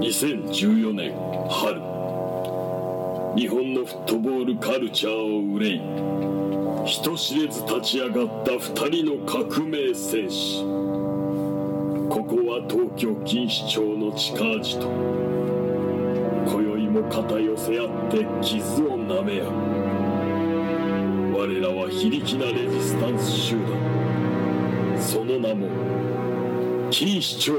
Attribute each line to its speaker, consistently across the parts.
Speaker 1: 2014年春日本のフットボールカルチャーを憂い人知れず立ち上がった2人の革命戦士ここは東京錦糸町の地下地と今宵も肩寄せ合って傷をなめ合う我らは非力なレジスタンス集団その名も錦糸町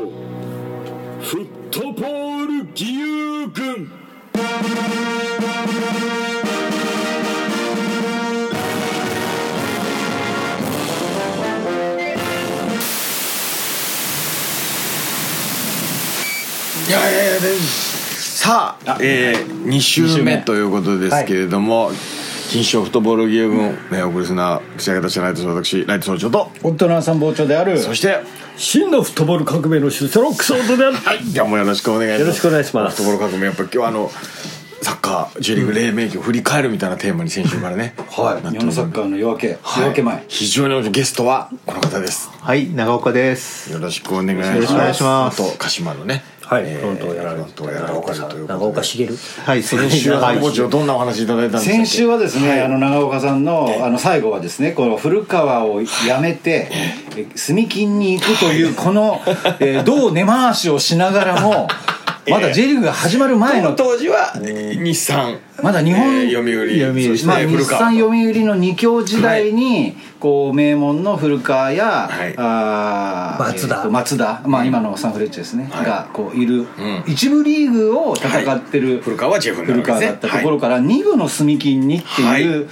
Speaker 1: フットボール義勇軍
Speaker 2: いやいやいやですさあえー、2週目ということですけれども錦糸町フットボール義勇軍、ね、お送りするのは串揚げたちライト総私ライト総長と
Speaker 3: 夫の参謀長である
Speaker 2: そして
Speaker 3: 真のフットボール革命の出世ロックソードである
Speaker 2: はい今日もよろしくお願いします
Speaker 3: よろしくお願いします
Speaker 2: フットボール革命やっぱ今日はあのサッカー J リーグ黎明期を振り返るみたいなテーマに先週からね、
Speaker 3: はい
Speaker 2: なって
Speaker 3: 世のサッカーの夜明け、夜明け前
Speaker 2: 非常に面白いゲストはこの方です
Speaker 4: はい、長岡です。
Speaker 2: よろしくお願いします
Speaker 4: よろしくお願いします
Speaker 2: あと鹿島のね
Speaker 3: はい
Speaker 2: えー
Speaker 3: フロントをやられ
Speaker 2: フロントをやられてるということで
Speaker 5: 長岡茂
Speaker 4: はい、
Speaker 2: 先週は
Speaker 4: はい
Speaker 2: 参謀長どんなお話いただいたんですか
Speaker 3: 先週はですね、あの長岡さんのあの最後はですねこの古川をやめてえ住金に行くというこの、えー、どう根回しをしながら もまだ J リーグが始まる前の
Speaker 2: 当時は日産
Speaker 3: まだ日本
Speaker 2: えー読売
Speaker 4: 読売
Speaker 2: そして
Speaker 3: まあ、
Speaker 2: 古
Speaker 3: 日
Speaker 2: 川
Speaker 3: 産読売の二強時代に、こう名門の古川や、
Speaker 2: はい
Speaker 3: あー
Speaker 5: 松田
Speaker 3: えーと松田、まあ、今のサンフレッチェですね、
Speaker 2: はい
Speaker 3: がこういる、
Speaker 2: ん
Speaker 3: 一部リーグを戦ってる、
Speaker 2: 古川はジェフになる
Speaker 3: 古
Speaker 2: わけで
Speaker 3: 川
Speaker 2: すね
Speaker 3: だったところから二部の住金にっていう、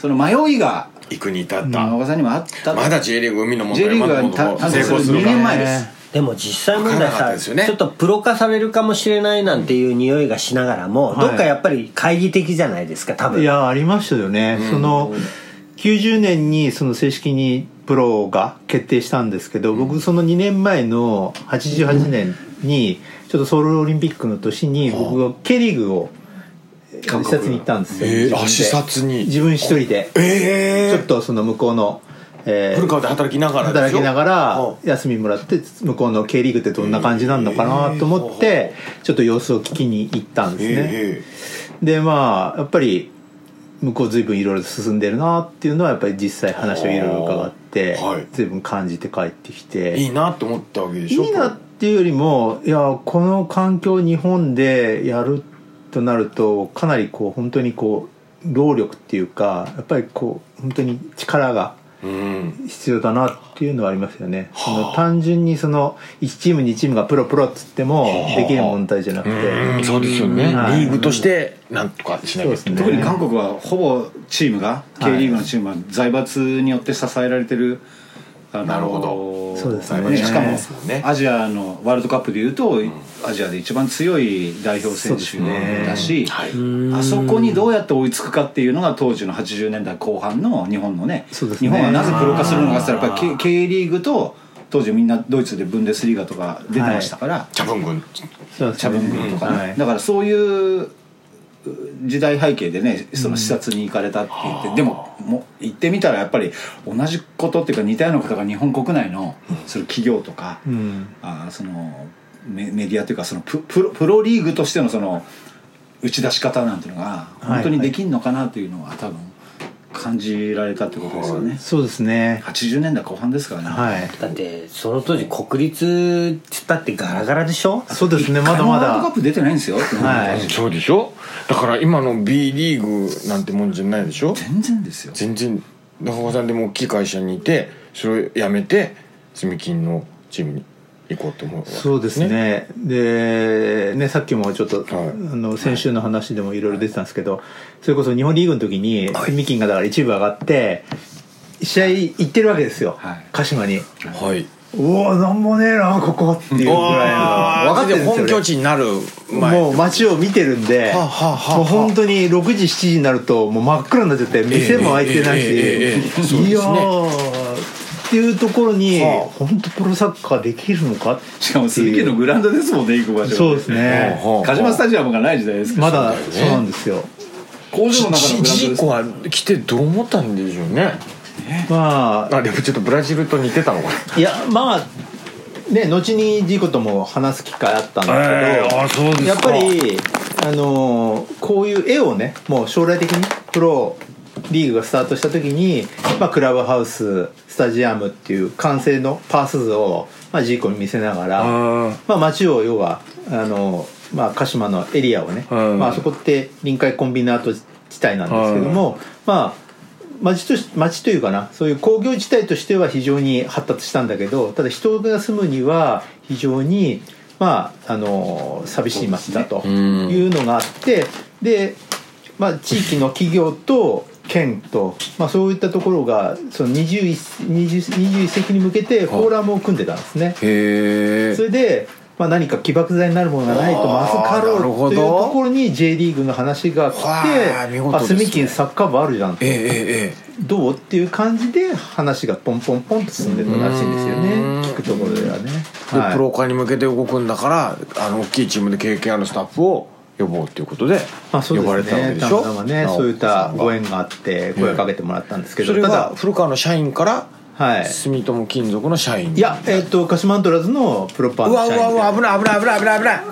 Speaker 3: その迷いが
Speaker 2: 行くに至った
Speaker 3: 長岡さんにもあった
Speaker 2: まだ J リーグ海のも
Speaker 3: J リーグ
Speaker 2: ま
Speaker 3: が
Speaker 2: だ
Speaker 3: 誕
Speaker 2: も成
Speaker 3: 生す
Speaker 2: 功
Speaker 3: る
Speaker 2: する
Speaker 3: 2
Speaker 2: か
Speaker 3: 年
Speaker 2: ら
Speaker 3: 前です、
Speaker 5: でも実際問
Speaker 2: わから
Speaker 5: 題
Speaker 2: なかったです
Speaker 5: さ、
Speaker 2: よね
Speaker 5: ちょっとプロ化されるかもしれないなんていう匂いがしながらも、どっかやっぱり懐疑的じゃないですか多分
Speaker 4: いや、ありましたよね。その、90年にその正式にプロが決定したんですけど、僕その2年前の88年に、ちょっとソウルオリンピックの年に、僕は K リーグをえー視察に行ったんですよ。
Speaker 2: えー
Speaker 4: 自分で
Speaker 2: あ視察に
Speaker 4: 自分一人で。
Speaker 2: え
Speaker 4: ちょ
Speaker 2: え
Speaker 4: っとその向こうの、えー
Speaker 2: 古川で働きながらでし
Speaker 4: 働
Speaker 2: ょ
Speaker 4: きなが
Speaker 2: は
Speaker 4: ら
Speaker 2: あ
Speaker 4: 休みもらって向こうの K リーグってどんな感じなんのかなと思ってちょっと様子を聞きに行ったんですね
Speaker 2: え
Speaker 4: でまあやっぱり向こう随分いろいろ進んでるなっていうのはやっぱり実際話をいろいろ伺って
Speaker 2: あーはい
Speaker 4: 随分感じて帰ってき
Speaker 2: え
Speaker 4: て
Speaker 2: いいなって思ったわけでしょ
Speaker 4: いいなっていうよりもいやこの環境日本でやるとなるとかなりこう本当にこう労力っていうかやっぱりこう本当に力が
Speaker 2: うん
Speaker 4: 必要だなっていうのはありますよね、その単純にその1チーム2チームがプロプロっつってもできる問題じゃなくて、
Speaker 2: うんそうですよねリ
Speaker 4: はい
Speaker 2: ーグとしてなんとかしなき
Speaker 4: そう
Speaker 2: ゃ
Speaker 4: ですね
Speaker 3: 特に韓国はほぼチームが K リーグのチームは財閥によって支えられてるあの
Speaker 2: なるほ
Speaker 4: どそうですね
Speaker 3: ねしか
Speaker 4: 財閥になり
Speaker 3: も
Speaker 2: ますもんね
Speaker 3: アジアのワールドカップでいうと、アジアで一番強い代表選手だし、
Speaker 2: はい
Speaker 3: あそこにどうやって追いつくかっていうのが当時の80年代後半の日本のね
Speaker 4: そうです
Speaker 3: 日
Speaker 4: ね
Speaker 3: 本はなぜプロ化するのかって言ったらやっぱり K, K リーグと当時みんなドイツでブンデスリーガとか出てましたから、
Speaker 2: チャブン軍
Speaker 4: そうです
Speaker 3: 茶文具とかね、
Speaker 4: はい
Speaker 3: だからそういうう時代背景でねその視察に行かれたって言って、でももう行ってみたらやっぱり同じことっていうか似たようなことが日本国内のその企業とか、
Speaker 4: うん
Speaker 3: あーそのメメディアというかそのププロプロリーグとしてのその打ち出し方なんていうのが
Speaker 4: い
Speaker 3: 本当にできんのかなというのは多分感じられたってことですよね、
Speaker 4: そうですね
Speaker 3: 80年代後半ですからね、
Speaker 4: はい
Speaker 5: だってその当時国立っつったってガラガラでしょ
Speaker 4: そうですね
Speaker 3: 一回
Speaker 4: まだ
Speaker 3: も
Speaker 4: ま
Speaker 3: ワールドカ
Speaker 4: だ
Speaker 3: ップ出てないんですよ、
Speaker 4: はい
Speaker 2: そうでしょだから今の B リーグなんてもんじゃないでしょ
Speaker 3: 全然ですよ
Speaker 2: 全然中岡さんでも大きい会社にいてそれを辞めて積金のチームに行こうと思うわけ
Speaker 4: そうですねでねさっきもちょっと、
Speaker 2: はい
Speaker 4: あの先週の話でもいろいろ出てたんですけど、それこそ日本リーグの時にミキンがだから一部上がって試合行ってるわけですよ、
Speaker 3: はい
Speaker 4: 鹿島に
Speaker 2: はい
Speaker 4: おおなんもねえなここっていうぐらい
Speaker 2: 分
Speaker 4: の
Speaker 2: かってる本拠地になる前
Speaker 4: もう街を見てるんで、
Speaker 2: はあはあはあ
Speaker 4: もう本当に6時7時になるともう真っ暗になっちゃって店も開いてないし、
Speaker 2: ええええええそうですね
Speaker 4: いやーっていうところに、
Speaker 2: は
Speaker 4: 本当プロサッカーできるのか
Speaker 3: しかも鈴木のグラウンドですもんね行く場所
Speaker 4: そうですね
Speaker 2: はあはあ
Speaker 3: 鹿島スタジアムがない時代ですから
Speaker 4: まだそうなんですよ
Speaker 3: 工場の中
Speaker 2: ち
Speaker 3: のグラウンド
Speaker 2: ジ
Speaker 3: で
Speaker 2: ー
Speaker 3: す
Speaker 2: コは来てどう思ったんでしょうね
Speaker 4: まあ
Speaker 2: あでもちょっとブラジルと似てたのか
Speaker 4: いやまあね、後にジーコとも話す機会あったんですけど、
Speaker 2: えーあそうですか
Speaker 4: やっぱり、あのーこういう絵をねもう将来的にプロリーグがスタートした時に、まあ、クラブハウススタジアムっていう完成のパース図を、まあ、ジーコに見せながら、
Speaker 2: うん
Speaker 4: まあ、街を要はあのー、まあ、鹿島のエリアをね、
Speaker 2: うん
Speaker 4: まあ、そこって臨海コンビナート地帯なんですけども、まあ町とし町というかなそういう工業地帯としては非常に発達したんだけどただ人が住むには非常にまああの寂しい町だというのがあってで、まあ、地域の企業と県と、まあ、そういったところがその 21, 20 21世紀に向けてフォーラムを組んでたんですね。
Speaker 2: へえ
Speaker 4: それで、まあ、何か起爆剤になるものがないとまずか
Speaker 2: あーなる
Speaker 4: ろ
Speaker 2: ほど
Speaker 4: うというところに J リーグの話が来
Speaker 2: わー見
Speaker 4: て
Speaker 2: 事
Speaker 4: あ
Speaker 2: ですね
Speaker 4: 住金サッカー部あるじゃん
Speaker 2: ええええ
Speaker 4: どうっていう感じで話がポンポンポンと進んでたらしいんですよね
Speaker 2: うん
Speaker 4: 聞くところではね、
Speaker 2: で
Speaker 4: はい
Speaker 2: プロ化に向けて動くんだからあの大きいチームで経験あるスタッフを呼ぼうっていうことで
Speaker 4: まあそう
Speaker 2: 呼ばれ
Speaker 4: です
Speaker 2: たわけ
Speaker 4: ね
Speaker 2: で
Speaker 4: た
Speaker 2: しょ
Speaker 4: またまね
Speaker 2: なお
Speaker 4: そういったご縁
Speaker 2: さんが
Speaker 4: があって声をかけてもらったんですけ
Speaker 2: そ
Speaker 4: ど、
Speaker 2: れ
Speaker 4: た
Speaker 2: が
Speaker 4: だ
Speaker 2: 古川の社員から
Speaker 4: はい
Speaker 2: 住友金属の社員
Speaker 4: いやえっ、と鹿島アントラーズのプロパン
Speaker 2: うわ
Speaker 4: の
Speaker 2: う
Speaker 4: 社員
Speaker 2: わうわ危ない危ない危ない危ない危ない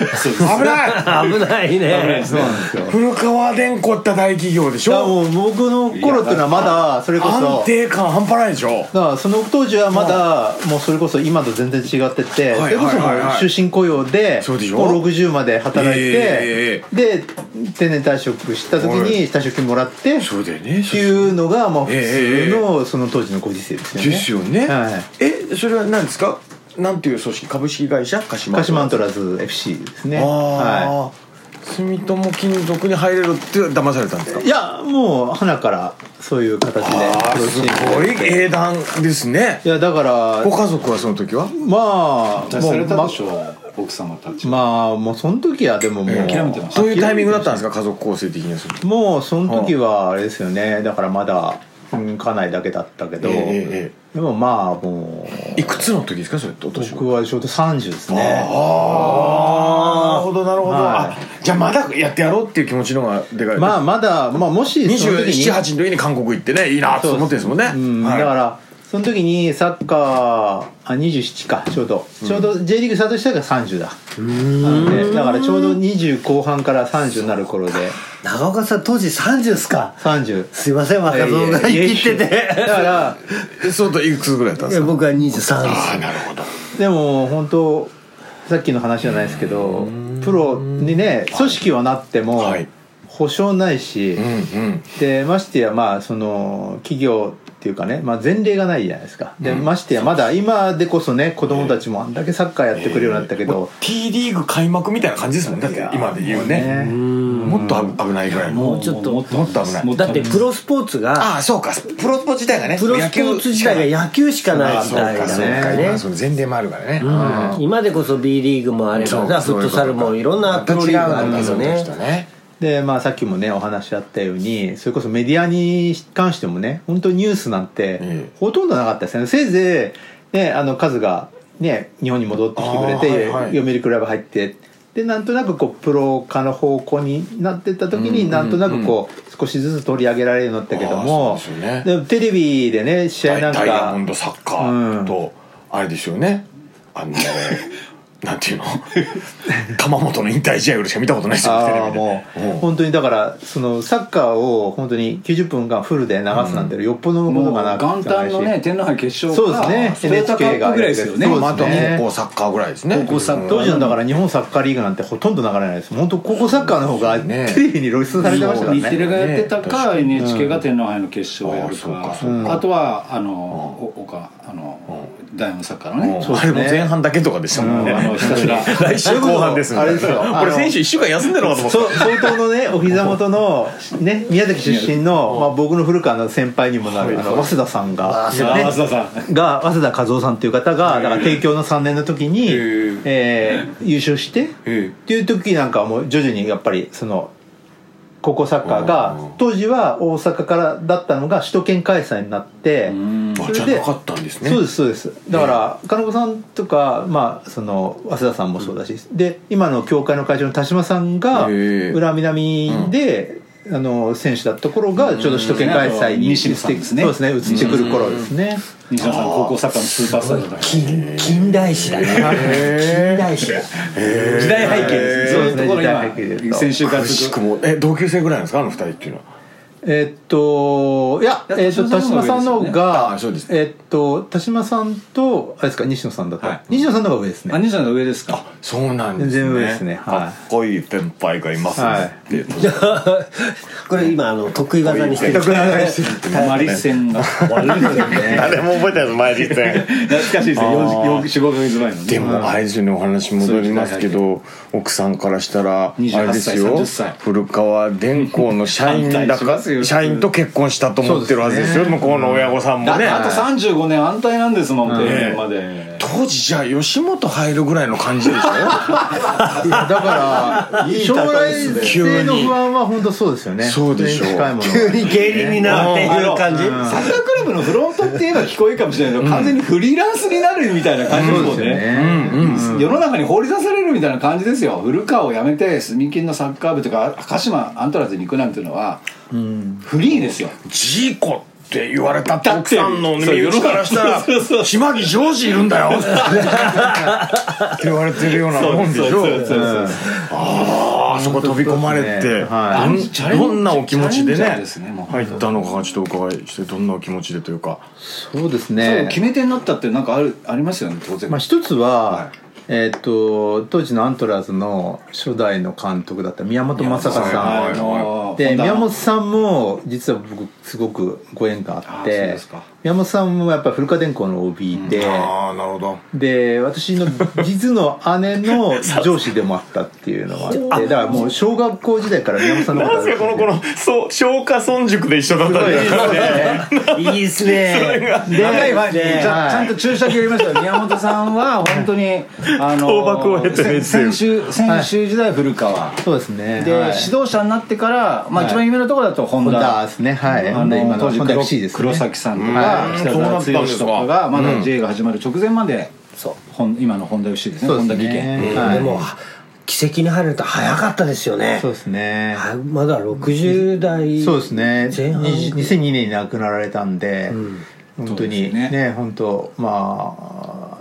Speaker 2: 危ない
Speaker 5: 危ないね
Speaker 4: そうなんですよ
Speaker 2: 古川電工って大企業でし
Speaker 4: だから
Speaker 2: ょ
Speaker 4: もう僕の頃っていうのはまだそれこそ
Speaker 2: 安定感半端ないでしょ
Speaker 4: だからその当時はまだもうそれこそ今と全然違ってて、
Speaker 2: はい
Speaker 4: それこそも
Speaker 2: はいはいはいう
Speaker 4: 終身雇用で
Speaker 2: そうでしょ
Speaker 4: もう60まで働い
Speaker 2: え
Speaker 4: て、で定年退職した時
Speaker 2: は
Speaker 4: に退職金もらってっ
Speaker 2: そうだよね
Speaker 4: ていうのがもう普
Speaker 2: ええ
Speaker 4: 通のその当時のご時世ですよね。
Speaker 2: ですよね、
Speaker 4: はい
Speaker 2: えそれは何ですかなんていう組織株式会社鹿島
Speaker 4: 鹿島アントラーズ FC ですね。は
Speaker 2: ああ住友金属に入れるって騙されたんですか
Speaker 4: い、いやもう花からそういう形で
Speaker 2: あーすごい英断ですね
Speaker 4: いやだから
Speaker 2: ご家族はその時は
Speaker 4: まあ
Speaker 3: されたでしょう奥様たちは
Speaker 4: まあもうその時はでももう
Speaker 3: 諦めてました
Speaker 2: どういうタイミングだったんですか家族構成的にはその時
Speaker 4: もうその時はあれですよねだからまだ、うん、家内だけだったけど、
Speaker 2: えええ
Speaker 4: でもまあもう
Speaker 2: いくつの時ですかそれってお年は
Speaker 4: 僕はちょうど30ですね
Speaker 2: ああなるほどなるほど、
Speaker 4: はい
Speaker 2: あじゃあまだやってやろうっていう気持ちの方がでかい
Speaker 4: まあまだ、まあ、もしその時に
Speaker 2: 278の時に韓国行ってねいいなと思ってるんですもんね、
Speaker 4: うん
Speaker 2: はい
Speaker 4: だからその時にサッカーあ27かちょうどちょうど J リーグスタートしたから30だなのでだからちょうど20後半から30になる頃で
Speaker 5: 長岡さん当時30っすか
Speaker 4: 30
Speaker 5: すいません若造が
Speaker 4: いやいやいや
Speaker 5: 生きてて
Speaker 4: だから
Speaker 2: えそうといくつぐらいだったん
Speaker 5: い
Speaker 2: です
Speaker 5: や
Speaker 2: か
Speaker 5: 僕は23です
Speaker 2: なるほど
Speaker 4: でも本当さっきの話じゃないですけどプロにね組織はなっても
Speaker 2: はい
Speaker 4: 保証ないし、
Speaker 2: うんうん
Speaker 4: でましてやまあその企業っていうかね、まあ、前例がないじゃないですかで、ましてやまだ今でこそね子供たちもあんだけサッカーやってくれるようになったけど、
Speaker 2: T リーグ開幕みたいな感じですもんねだって今で言うねもっと危ないぐらいの
Speaker 5: もうちょっと
Speaker 2: も
Speaker 3: も
Speaker 2: っと危ない
Speaker 3: も
Speaker 5: だってプロスポーツが
Speaker 2: ああそうかプロスポーツ自体がね
Speaker 5: プロスポーツ自体が野球しかない時代
Speaker 2: そうかそう
Speaker 5: だ
Speaker 2: か
Speaker 5: よ
Speaker 2: 今
Speaker 5: ね
Speaker 2: その前例もあるからね
Speaker 5: うん今でこそ B リーグもあれ
Speaker 2: そう
Speaker 5: ばフットサルもいろんなプロリーグがあるけど
Speaker 2: また違うん
Speaker 5: ね
Speaker 2: だね
Speaker 4: でまあさっきもねお話あったようにそれこそメディアに関してもね本当にニュースなん
Speaker 2: え
Speaker 4: てほとんどなかったですよねせいぜいねあの数がね日本に戻ってきてくれて、
Speaker 2: あーはいはい
Speaker 4: 読売クラブ入ってでなんとなくこうプロ化の方向になってった時に、なんとなくこう少しずつ取り上げられるようになったけど
Speaker 2: あ
Speaker 4: も
Speaker 2: ーそうですよね
Speaker 4: でもテレビでね試合
Speaker 2: ダ
Speaker 4: なん
Speaker 2: イダイヤモン
Speaker 4: か
Speaker 2: ドサッカー
Speaker 4: う
Speaker 2: とあれですよねあの なんていうの鎌本の引退試合ぐらいしか見たことないですよテレビ
Speaker 4: ああ
Speaker 2: で
Speaker 4: もう
Speaker 2: うん
Speaker 4: 本当にだからそのサッカーを本当に90分間フルで流すなんてよっぽどのこ
Speaker 3: も
Speaker 4: と
Speaker 3: う
Speaker 4: がな
Speaker 3: 元
Speaker 4: く
Speaker 3: 旦のね天皇杯決勝か
Speaker 4: そうですね
Speaker 3: スペータカップぐらいですよね
Speaker 4: NHK
Speaker 2: ま
Speaker 4: が
Speaker 2: ああ
Speaker 4: や
Speaker 2: とは高校サ
Speaker 4: そうですね
Speaker 2: ッカーぐらいですね
Speaker 3: 高校サッカー
Speaker 4: 当時のだから日本サッカーリーグなんてほとんど流れないです本当高校サッカーの方が
Speaker 2: ね
Speaker 4: テレビに露出されてましたから
Speaker 3: 日テレ
Speaker 4: ね
Speaker 3: がやってたか NHK が天皇杯の決勝をやる
Speaker 2: うんああ
Speaker 3: か
Speaker 2: そうかそう
Speaker 3: あとはあのお岡あの大門サッカーのね
Speaker 4: う
Speaker 2: あれも前半だけとかでしたもんね
Speaker 3: うんあのひたすら
Speaker 2: 来週後半ですもんね
Speaker 4: あれですよあの
Speaker 2: 俺選手一週間休んでるのかと思った
Speaker 4: そう 相当のねお膝元の ね宮崎出身のまあ僕の古川の先輩にもなるあの早稲田さんが
Speaker 3: 早稲田さん
Speaker 4: が早稲田和夫さんという方がだから帝京の3年の時に、
Speaker 2: ー
Speaker 4: えー優勝してっ
Speaker 2: え
Speaker 4: ていう時なんかはもう徐々にやっぱりその高校サッカー
Speaker 2: うん
Speaker 4: が当時は大阪からだったのが首都圏開催になって
Speaker 2: あじゃなかったんですね
Speaker 4: そうですそうですだから金子さんとか、まあ、その早稲田さんもそうだし、で今の協会の会長の田島さんが
Speaker 2: へえ
Speaker 4: 裏南で、あの選手だった頃がちょうど首都圏開催に
Speaker 3: 西野さんですね
Speaker 4: そうですね移ってくる頃ですね
Speaker 3: 西野さん高校サッカーのスーパースターだから
Speaker 5: 近近代史だね近代史だ
Speaker 3: 時代背景ですねそういうところ
Speaker 4: 時代背景で言う
Speaker 3: 今
Speaker 4: と
Speaker 3: 先週から
Speaker 2: くしくもえ同級生ぐらいなんですかあの二人っていうのは
Speaker 4: えっといや
Speaker 3: いや
Speaker 4: えっと田
Speaker 3: 田
Speaker 4: 島
Speaker 3: 島
Speaker 4: さ
Speaker 3: さ
Speaker 4: ん
Speaker 3: ん
Speaker 4: の
Speaker 3: の
Speaker 4: 方
Speaker 3: 方
Speaker 4: が
Speaker 2: あそうです
Speaker 4: えっと田島さんとあれですか西野さんだと
Speaker 3: はい
Speaker 4: 西野さんの方が上です
Speaker 3: あ
Speaker 4: ね
Speaker 3: 西野さんの上ですか
Speaker 2: そうなんですね
Speaker 4: 全部ですねはい
Speaker 2: かっこいい先輩がいますね、
Speaker 4: はい
Speaker 2: っていう
Speaker 5: これ今あの得意技にしてる
Speaker 3: マリセンが悪いですよね
Speaker 2: 誰も覚えてないです前立腺
Speaker 3: 懐かしいですね45か月前のね
Speaker 2: でもあれですよねお話戻りますけど奥さんからしたらあれ
Speaker 3: 28歳
Speaker 2: ですよ
Speaker 3: 30歳
Speaker 2: 古川電工の社員だ
Speaker 3: 反対しま
Speaker 2: か
Speaker 3: すよ
Speaker 2: 社員と結婚したと思ってるはずですよ向こうの親御さんも
Speaker 3: だっ
Speaker 2: ね
Speaker 3: てあと35年安泰なんですもん定年まで
Speaker 2: 当時じゃあ吉本入るぐらいの感じでし ょ
Speaker 4: だから将来性の不安は本当そうですよね
Speaker 2: そうでしょう
Speaker 4: それに近いもの
Speaker 5: 急に芸人になるっていう感じ
Speaker 3: サッカークラブのフロントって言えば聞こえるかもしれないけど完全にフリーランスになるみたいな感じですもん
Speaker 4: そうですよね
Speaker 3: ね世の中に放り出されるみたいな感じですよ古川を辞めて住金のサッカー部とか鹿島アントラーズに行くなんていうのはフリーですよ
Speaker 2: ジーコって言われたって
Speaker 3: だっ
Speaker 2: 奥
Speaker 3: て
Speaker 2: さんの身
Speaker 3: そう
Speaker 2: 内からしたら
Speaker 3: そうそうそう
Speaker 2: 島木ジョージいるんだよって言われてるようなもんでしょ
Speaker 3: そうそうそう
Speaker 2: あそこ飛び込まれ
Speaker 4: そう
Speaker 2: て、
Speaker 4: ですねは
Speaker 2: どんどんなお気持ちで
Speaker 3: チャレ
Speaker 2: ね
Speaker 3: ンジャーですねもう
Speaker 2: 入ったのかちょっとお伺いしてどんなお気持ちでというか
Speaker 4: そうです
Speaker 3: そう
Speaker 4: ね
Speaker 3: 決め手になったってなんかあるありますよね当然
Speaker 4: まあ、一つは、
Speaker 3: はい
Speaker 4: えー、と当時のアントラーズの初代の監督だった宮本正孝
Speaker 2: はい
Speaker 4: さ
Speaker 2: はい
Speaker 4: ん
Speaker 3: の
Speaker 4: で
Speaker 3: 本田
Speaker 4: 宮本さんも実は僕すごくご縁があっ
Speaker 3: あそう
Speaker 4: て
Speaker 3: ですか
Speaker 4: 宮本さんもやっぱ古川電工の OB で、
Speaker 2: ああなるほど
Speaker 4: で私の実の姉の上司でもあったっていうのがあってだからもう小学校時代から宮本さんのことは
Speaker 2: のそう消化村塾で一緒だったんですか
Speaker 5: いいですね
Speaker 3: 長いファンに
Speaker 4: ね
Speaker 3: ちゃ
Speaker 4: はい
Speaker 3: んちゃんと注射器やりましたよ宮本さんは本 当にあの
Speaker 2: 倒幕を経てね
Speaker 3: せ選手選手時代古川
Speaker 4: そうですね
Speaker 3: で
Speaker 4: はい
Speaker 3: 指導者になってからまあ一番有名なところだと本
Speaker 4: ホンダ
Speaker 3: 田
Speaker 4: ですねはい
Speaker 3: あ
Speaker 4: ホンダ今
Speaker 3: の当
Speaker 4: の
Speaker 3: 時
Speaker 4: ホンダ
Speaker 3: 黒
Speaker 4: FC ですね
Speaker 3: 黒崎さんと
Speaker 4: は
Speaker 3: か
Speaker 4: い
Speaker 3: 北
Speaker 2: そうだったん
Speaker 3: 澤
Speaker 2: で
Speaker 3: 剛
Speaker 2: すか
Speaker 3: とかがまだ J が始まる直前までほん今の本田 FC ですね
Speaker 4: そう
Speaker 3: 本
Speaker 4: で
Speaker 3: 田
Speaker 4: す
Speaker 3: 技
Speaker 4: ね
Speaker 3: 研
Speaker 4: はい
Speaker 5: でも奇跡に入ると早かったですよね
Speaker 4: そうですね
Speaker 5: あまだ60代
Speaker 4: そうですね
Speaker 5: 前半
Speaker 4: に2002年に亡くなられたんで、本当
Speaker 3: そうで
Speaker 4: に
Speaker 3: すね
Speaker 4: ね本当まあ本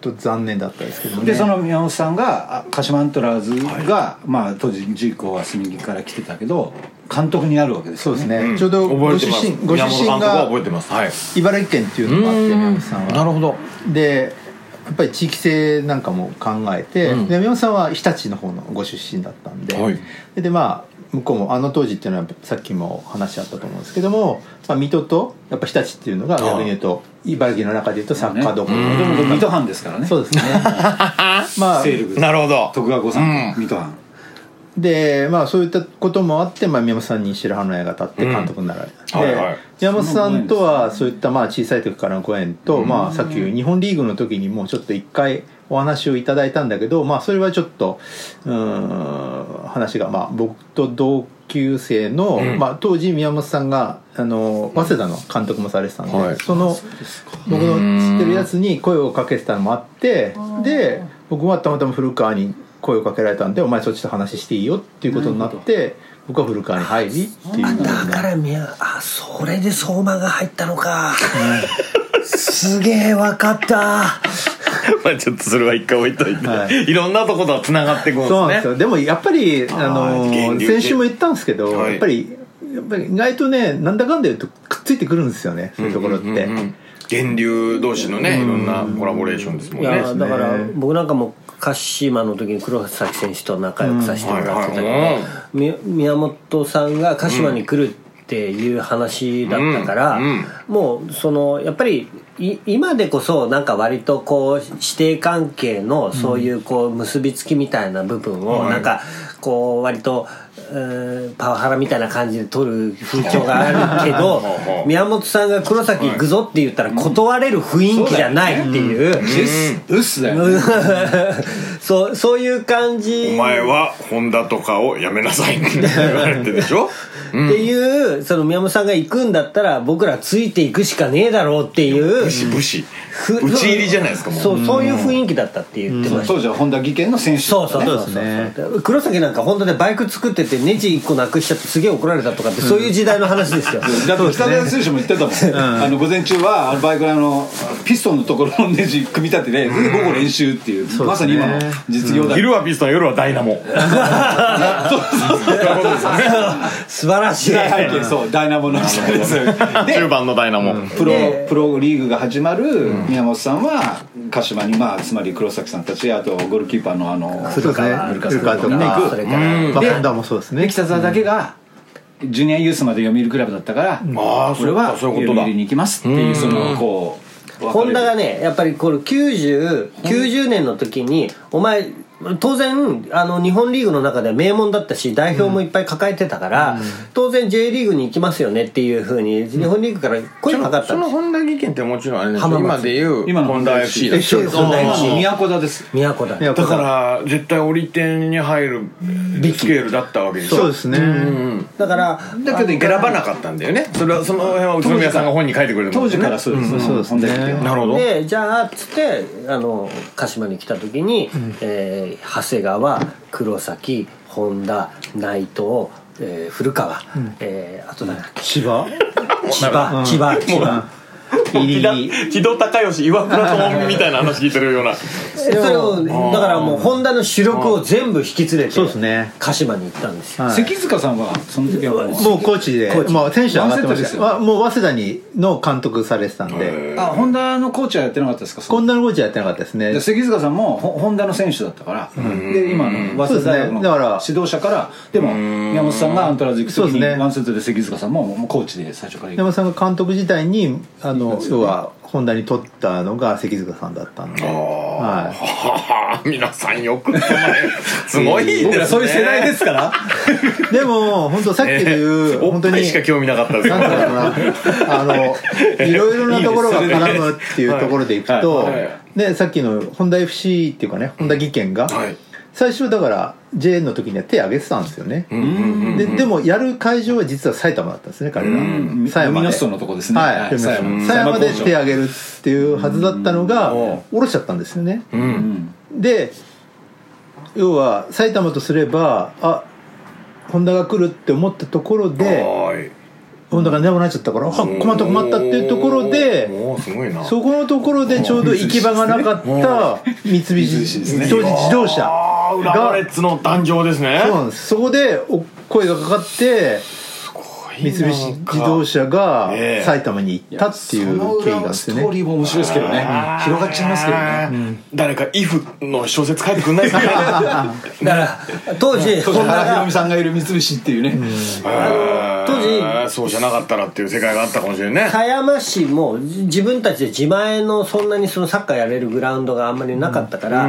Speaker 4: 当残念だったですけどね
Speaker 3: でその宮本さんがあ鹿島アントラーズがまあ当時ジーコは隅木から来てたけど監督になるわけです
Speaker 4: そ
Speaker 3: よ
Speaker 4: う
Speaker 3: ね
Speaker 4: ですね、
Speaker 2: うん
Speaker 4: ちょうど
Speaker 2: 覚え
Speaker 4: ご
Speaker 2: て
Speaker 4: 出
Speaker 2: ます
Speaker 4: 身ご出
Speaker 2: 宮
Speaker 4: 身
Speaker 2: 本監督は
Speaker 4: が
Speaker 2: 覚えてますはい
Speaker 4: 茨城県っていうのがあって宮本さんは
Speaker 2: なるほど
Speaker 4: でやっぱり地域性なんかも考えて、で宮本さんは日立の方のご出身だったんで、
Speaker 2: はい
Speaker 4: ででまあ向こうもあの当時っていうのはさっきも話あったと思うんですけども、まあ、水戸とやっぱ日立っていうのが逆に言うと茨城の中で言うとサッカーどころ
Speaker 3: でも水戸藩ですからね
Speaker 4: そうですね まあ
Speaker 3: セールグ
Speaker 2: なるほど
Speaker 3: 徳川御
Speaker 2: うん
Speaker 3: 三家水戸藩
Speaker 4: でまあそういったこともあって、まあ、宮本さんに白羽の矢が立って監督になられた、
Speaker 2: うん
Speaker 4: で
Speaker 2: はいはい
Speaker 4: 宮本さんとはそういったまあ小さい時からのご縁と、まあ、さっき言う日本リーグの時にもうちょっと一回お話をいただいたんだけど、まあ、それはちょっとうーん話が、まあ、僕と同級生の、まあ、当時宮本さんがあの早稲田の監督もされてたんで、
Speaker 2: はい
Speaker 4: その僕の知ってるやつに声をかけてたのもあってで僕はたまたま古川に声をかけられたんで「お前そっちと話していいよ」っていうことになって僕は古川に入りっていう
Speaker 5: だからみやあそれで相馬が入ったのか、すげえわかった
Speaker 2: まあちょっとそれは一回置いといて、、
Speaker 4: はい
Speaker 2: ろんなとことはつながっていくん
Speaker 4: そうなん
Speaker 2: で
Speaker 4: ですす
Speaker 2: ね
Speaker 4: よでもやっぱりあの
Speaker 2: 源流
Speaker 4: 先週も言ったんですけど、
Speaker 2: はい
Speaker 4: やっぱりやっぱり意外とねなんだかんだ言うとくっついてくるんですよねそういうところって、
Speaker 2: うんうん源流同士のねいろんなコラボレーションですもん
Speaker 5: い
Speaker 2: ね
Speaker 5: やだから僕なんかも鹿島の時に黒崎選手と仲良くさせてもらってたけど、
Speaker 2: うんはいはい
Speaker 5: み宮本さんが鹿島に来るっていう話だったから、
Speaker 2: うんうん
Speaker 5: もうそのやっぱりい今でこそなんか割とこう師弟関係のそういうこう結びつきみたいな部分をなんかこう割と、えーパワハラみたいな感じで取る風潮がある けど
Speaker 2: はい
Speaker 5: 宮本さんが黒崎行くぞって言ったら断れる雰囲気じゃないっていう。
Speaker 3: うっすだよね
Speaker 5: そうそういう感じ
Speaker 2: お前はホンダとかをやめなさいって言われてるでしょ
Speaker 5: っていう、その宮本さんが行くんだったら僕らついていくしかねえだろうっていう、
Speaker 2: 武士
Speaker 5: ふ
Speaker 2: 打ち入りじゃないですかもう
Speaker 5: そうそういう雰囲気だったって言ってました
Speaker 3: 当時は本田技研の選手
Speaker 5: そうそうそうそう
Speaker 4: そうです
Speaker 5: そう黒崎なんか本当でバイク作っててネジ1個なくしちゃってすげえ怒られたとかってそういう時代の話 ですよ、
Speaker 3: だって北谷選手も言ってたもん、あの午前中はあのバイクのあのピストンのところのネジ組み立てて、で午後練習っていうまさに今の実業団、
Speaker 2: 昼はピストン夜はダイナ モ
Speaker 5: 素晴らしい
Speaker 3: 背景そうダイナモの時代ですよ
Speaker 2: 10
Speaker 3: で
Speaker 2: 番のダイナモ
Speaker 3: プロ
Speaker 5: で
Speaker 3: プロリーグが始まる宮本さんは鹿島にまあつまり黒崎さんたちあとゴールキーパーのあの
Speaker 4: そうですね
Speaker 5: 古
Speaker 4: 古
Speaker 5: 川
Speaker 4: 川
Speaker 5: さ
Speaker 4: と
Speaker 5: ん古川
Speaker 4: か
Speaker 5: それから
Speaker 4: バカンダもそうです
Speaker 3: エ
Speaker 4: ね
Speaker 3: キサスだけがジュニアユースまで読売クラブだったから、
Speaker 2: あー
Speaker 3: 俺
Speaker 2: そ
Speaker 3: は
Speaker 2: っかそう
Speaker 3: 読
Speaker 2: いうことだ
Speaker 3: 売に行きますっていうそのこう
Speaker 5: ホンダがねやっぱりこの9090年の時にお前当然あの日本リーグの中では名門だったし代表もいっぱい抱えてたから、当然 J リーグに行きますよねっていうふうに日本リーグから声かかった
Speaker 2: そ
Speaker 5: んで
Speaker 2: の
Speaker 5: すよ
Speaker 2: 本田技研ってもちろんあれでしょ
Speaker 5: 浜松
Speaker 2: 今でいう
Speaker 3: 今の
Speaker 2: 本田 FC だ
Speaker 5: そうです
Speaker 3: 今
Speaker 5: 本田
Speaker 3: の
Speaker 5: FC
Speaker 3: 都田です
Speaker 5: 都だ
Speaker 4: いや
Speaker 2: だから絶対折り点に入るスケールだったわけでしょ
Speaker 4: そうですね
Speaker 5: だから
Speaker 2: だけど選ばなかったんだよねそれはその辺は宇都宮さんが本に書いてくれるもん
Speaker 3: 当時からそうです、
Speaker 4: そうですね
Speaker 3: 本田っていうのは
Speaker 2: なるほど
Speaker 5: でじゃあっつってあの鹿島に来た時に、えー長谷川黒崎本田内藤、えー古川、えーあと何だっけ
Speaker 4: 千葉
Speaker 5: 千葉千葉千葉
Speaker 4: 入り
Speaker 2: 木戸孝義岩倉智美みたいな話聞いてるような
Speaker 5: それをだからもうホンダの主力を全部引き連れ
Speaker 4: そうです
Speaker 5: て
Speaker 4: ね
Speaker 5: 鹿島に行ったんですよ
Speaker 4: はい
Speaker 3: 関塚さんはその時はもう
Speaker 4: もうコーチで
Speaker 5: コーチ
Speaker 4: もう選手上がってま
Speaker 3: ワンセット
Speaker 4: した
Speaker 3: ですよ
Speaker 4: わもう早稲田にの監督されてたんで
Speaker 3: あ本田のコーチはやってなかったですかその
Speaker 4: こんなのコーチはやってなかったですね
Speaker 3: で関塚さんもほ本田の選手だったから、で今の早稲田大学
Speaker 4: そうですねだか
Speaker 3: の
Speaker 4: ら
Speaker 3: 指導者からでも宮本さんがアントラーズ行く
Speaker 4: そう
Speaker 3: 時
Speaker 4: です
Speaker 3: に
Speaker 4: ね
Speaker 3: ワンセットで関塚さんももうコーチで最初から行く
Speaker 4: 山田さんが監督時代にあの要は本田に取ったのが関塚さんだったんではい
Speaker 2: 皆さんよく名前すごいです
Speaker 3: 僕
Speaker 2: ね
Speaker 3: らそういう世代ですから
Speaker 4: でも本当さっき で言う
Speaker 2: お
Speaker 4: 本
Speaker 2: っ
Speaker 4: 当
Speaker 2: ぱ
Speaker 4: に
Speaker 2: いしか興味なかったです
Speaker 4: なんだろうな、あの、いろいろなところが絡むっていうところでいくと
Speaker 2: はいはいはい、
Speaker 4: で、さっきの本田 FC っていうかね、本田技研が、
Speaker 2: はい
Speaker 4: 最初だから J の時には手挙げてたんですよね。で、でもやる会場は実は埼玉だったんですね、彼ら。狭山
Speaker 3: ルミ
Speaker 4: で。
Speaker 3: ナストのとこですね
Speaker 4: は
Speaker 3: はい
Speaker 4: い。ルミナスト
Speaker 3: 狭山
Speaker 4: 狭山
Speaker 3: 狭山
Speaker 4: で
Speaker 3: 工場
Speaker 4: 手挙げるっていうはずだったのが、
Speaker 2: うん
Speaker 4: 下ろしちゃったんですよね。
Speaker 2: うん
Speaker 4: で要は埼玉とすればあホンダが来るって思ったところで
Speaker 2: はい
Speaker 4: ホンダがなくなっちゃったからあ困った困ったっていうところで
Speaker 2: おーおーすごいな
Speaker 4: そこのところでちょうど行き場がなかった三菱当時自動車
Speaker 2: ああ浦和レッズの誕生ですね
Speaker 4: そうなんですそこでお声がかかって三菱自動車が
Speaker 2: ええ
Speaker 4: 埼玉に行ったっていう経緯があるんですよ
Speaker 3: その裏のストーリ
Speaker 4: ね
Speaker 3: ーも面白いですけどね広がっちゃいますけどね
Speaker 2: ね誰か「イフ」の小説書いてくんないですか
Speaker 5: だから当時
Speaker 3: 当
Speaker 5: ホ
Speaker 3: 時
Speaker 5: ンダ
Speaker 3: 原ひろ
Speaker 5: が
Speaker 3: みさんがいる三菱っていうね、
Speaker 5: 当時
Speaker 2: へーそうじゃなかったらっていう世界があったかもしれないね
Speaker 5: 狭山市もじ自分たちで自前のそんなにそのサッカーやれるグラウンドがあんまりなかったから、あ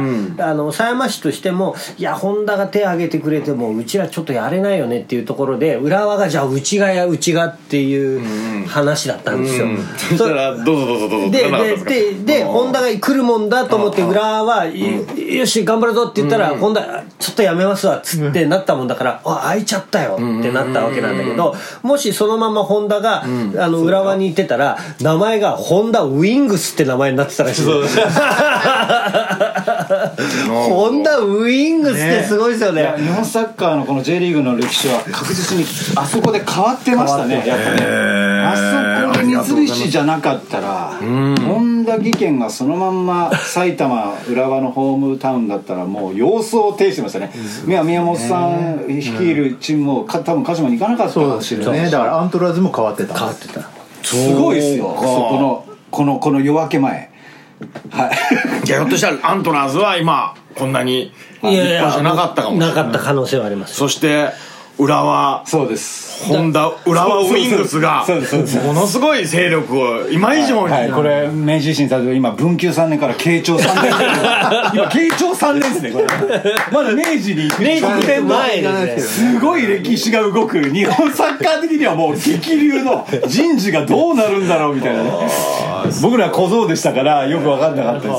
Speaker 5: の狭山市としてもいやホンダが手挙げてくれてもうちらちょっとやれないよねっていうところで浦和がじゃあうちがやうちがっていう話だったんですよ。
Speaker 2: そしたらどうぞどうぞどうぞ
Speaker 5: で
Speaker 2: どうなかった
Speaker 5: で
Speaker 2: ですか
Speaker 5: ででホンダが来るもんだと思って浦和はいよし頑張るぞって言ったらホンダちょっとやめますわっつってなったもんだからあ開いちゃったよってなったわけなんだけどもしそのままホンダがあの浦和に行ってたら名前がホンダウィングスって名前になってたらしい ホンダウィングスってすごいですよ
Speaker 3: いや
Speaker 5: ね
Speaker 3: 日本サッカーのこの J リーグの歴史は確実にあそこで変わってましたねやっぱねあそこで三菱じゃなかったら本田技研がそのまんま埼玉浦和のホームタウンだったらもう様相を呈してましたね宮宮本さん率いるチームもか多分鹿島に行かなかったか
Speaker 4: そう
Speaker 3: も
Speaker 4: で
Speaker 3: し
Speaker 4: す
Speaker 3: れ
Speaker 4: よ
Speaker 3: ない
Speaker 4: ねだからアントラーズも変わってた変わってた
Speaker 3: すごいですよそこのこのこの夜明け前 はい
Speaker 2: いやひょっとしたらアントラーズは今こんなに
Speaker 5: いやいや
Speaker 2: 立派じゃなかったかもしれ
Speaker 5: な
Speaker 2: ない
Speaker 5: かった可能性はあります
Speaker 2: そして浦和
Speaker 3: そうです
Speaker 2: ホンダ浦和ウィングスが
Speaker 3: そうですそうです
Speaker 2: ものすごい勢力を今以上に
Speaker 3: はい、これ明治維新されて今文久3年から慶長3年 今慶長3年ですねこれまだ明治に行く
Speaker 5: 明治
Speaker 3: 直前の
Speaker 5: 前です
Speaker 3: すごい歴史が動く日本サッカー的にはもう激流の人事がどうなるんだろうみたいなね僕ら小僧でしたからよく分かんなかったで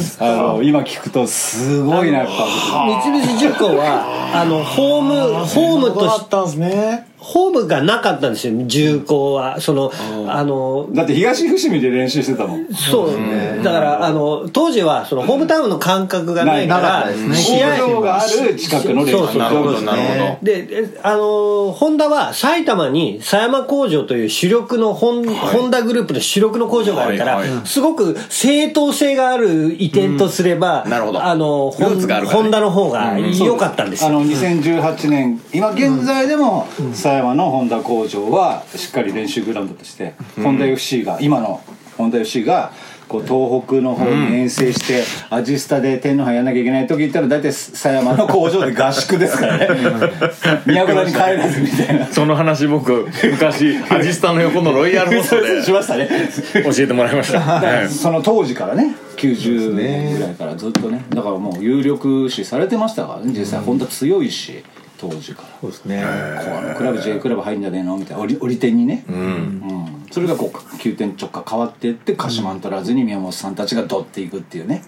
Speaker 3: すけどあの今聞くとすごいなやっぱ
Speaker 5: 三菱重工はあのホームホームとして
Speaker 2: たんですね
Speaker 5: ホームがなかったんですよ重工はそのあの
Speaker 6: だって東伏見で練習してたもん
Speaker 5: そうだからあの当時はそのホームタウンの感覚がないか
Speaker 3: なかった
Speaker 5: ら
Speaker 3: ですね
Speaker 5: 試合
Speaker 6: 工場がある近くの練習
Speaker 5: そうそう
Speaker 2: なるほどなるほ
Speaker 5: でえあのホンダは埼玉に狭山工場という主力のホン,、ホンダグループの主力の工場があるから、
Speaker 2: はいはい
Speaker 5: すごく正当性がある移転とすれば、
Speaker 2: うんなるほど
Speaker 5: あのホ
Speaker 2: ルーツ
Speaker 5: ン
Speaker 2: があるからね
Speaker 5: ホンダの方が良かったんです
Speaker 3: あ
Speaker 5: よ、
Speaker 3: の2018年今現在でも狭山の本田工場はしっかり練習グラウンドとして本田 FC が今の本田 FC がこう東北の方に遠征してアジスタで天皇杯やんなきゃいけない時行ったら大体狭山の工場で合宿ですからね 宮古島に帰らずみたいな
Speaker 2: その話僕昔アジスタの横のロイヤルホストで
Speaker 3: しましたね
Speaker 2: 教えてもらいました はい
Speaker 3: その当時からね90年ぐらいからずっとねだからもう有力視されてましたからね実際本田強いし当時から。
Speaker 4: そうですね、
Speaker 3: このクラブ J クラブ入んじゃねえのみたいな折り折り点にね、うんそれがこう急転直下変わっていって鹿島アントラーズに宮本さんたちがドっていくっていうね、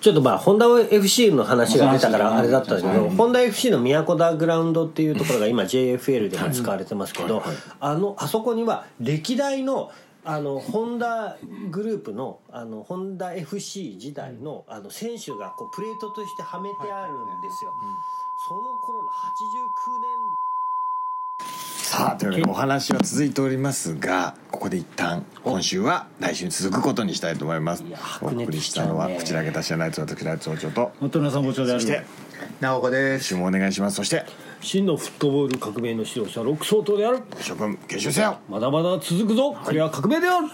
Speaker 5: ちょっとまあホンダ FC の話が出たからあれだったんですけ
Speaker 3: う
Speaker 5: ど
Speaker 3: ん
Speaker 5: ホンダ FC の宮古田グラウンドっていうところが今 JFL でも使われてますけどあのあそこには歴代のあのホンダグループのあのホンダ FC 時代のあの選手がこうプレートとしてはめてあるんですよ。その頃の89年
Speaker 2: さあというわけでお話は続いておりますがここで一旦今週は来週に続くことにしたいと思いますお送りしたのはこちらげたしやないと私ライト総長と
Speaker 3: 本当にさんご長で
Speaker 2: そ
Speaker 3: あ
Speaker 2: して
Speaker 4: 長岡です
Speaker 2: 一緒もお願いしますそして
Speaker 5: 真のフットボール革命の指導者ロック相当である
Speaker 2: 諸君決勝せよ
Speaker 5: まだまだ続くぞこれは革命である